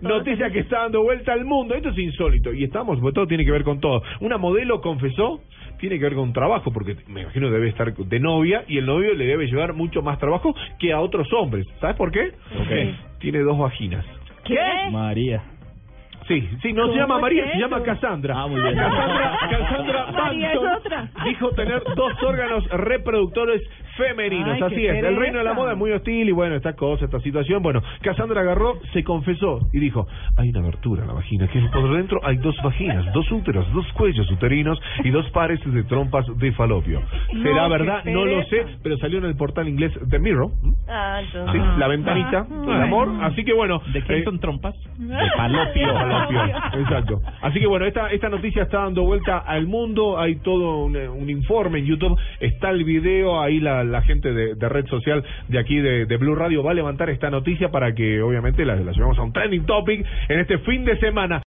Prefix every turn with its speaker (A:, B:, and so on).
A: Noticia que está dando vuelta al mundo. Esto es insólito. Y estamos, porque todo tiene que ver con todo. Una modelo confesó, tiene que ver con trabajo, porque me imagino debe estar de novia y el novio le debe llevar mucho más trabajo que a otros hombres. ¿Sabes por qué?
B: Ok.
A: Tiene dos vaginas.
B: ¿Qué?
C: María.
A: Sí, sí, no se
B: ¿Cómo
A: llama
B: es
A: María, se
B: eso?
A: llama Cassandra.
C: Ah, muy bien.
A: Cassandra, Cassandra
B: María es
A: Banton
B: otra.
A: dijo tener dos órganos reproductores femeninos.
B: Ay,
A: Así
B: qué
A: es, el reino de la
B: pereza.
A: moda es muy hostil y bueno, esta cosa, esta situación. Bueno, Cassandra agarró, se confesó y dijo, hay una abertura en la vagina, que por dentro hay dos vaginas, dos úteros, dos cuellos uterinos y dos pares de trompas de falopio.
B: No,
A: Será
B: qué
A: verdad, no lo sé,
B: pereza.
A: pero salió en el portal inglés The Mirror, ¿m?
B: Ah,
A: Sí,
B: entonces-
A: la ventanita,
B: Ah,
A: el amor. Así que bueno,
C: ¿De qué
A: eh,
C: son trompas?
B: De
C: palopio.
A: Palopio, Exacto. Así que bueno, esta, esta noticia está dando vuelta al mundo. Hay todo un, eh, un informe en YouTube. Está el video. Ahí la, la gente de, de red social de aquí de, de Blue Radio va a levantar esta noticia para que obviamente la, la llevemos a un trending topic en este fin de semana.